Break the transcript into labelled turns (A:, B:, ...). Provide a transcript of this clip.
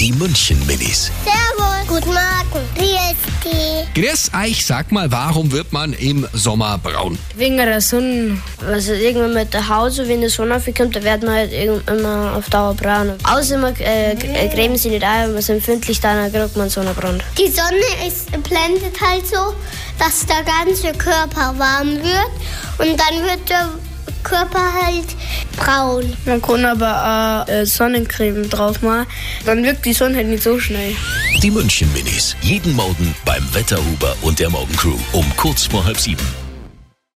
A: Die München Minis.
B: Servus. Guten Morgen. Wie
A: Grüß euch, sag mal, warum wird man im Sommer braun?
C: Wegen der Sonne.
D: Also irgendwann mit der Haut, so wenn die Sonne aufkommt, da wird man halt irgend- immer auf Dauer braun. Außer man äh, g- äh, cremen sich nicht ein, wenn man ist empfindlich, dann kriegt man Sonnenbrand.
B: Die Sonne ist, blendet halt so, dass der ganze Körper warm wird und dann wird der Körper halt braun.
C: Man kann aber auch äh, Sonnencreme drauf machen. Dann wirkt die Sonne halt nicht so schnell.
A: Die München Minis. Jeden Morgen beim Wetterhuber und der Morgencrew um kurz vor halb sieben.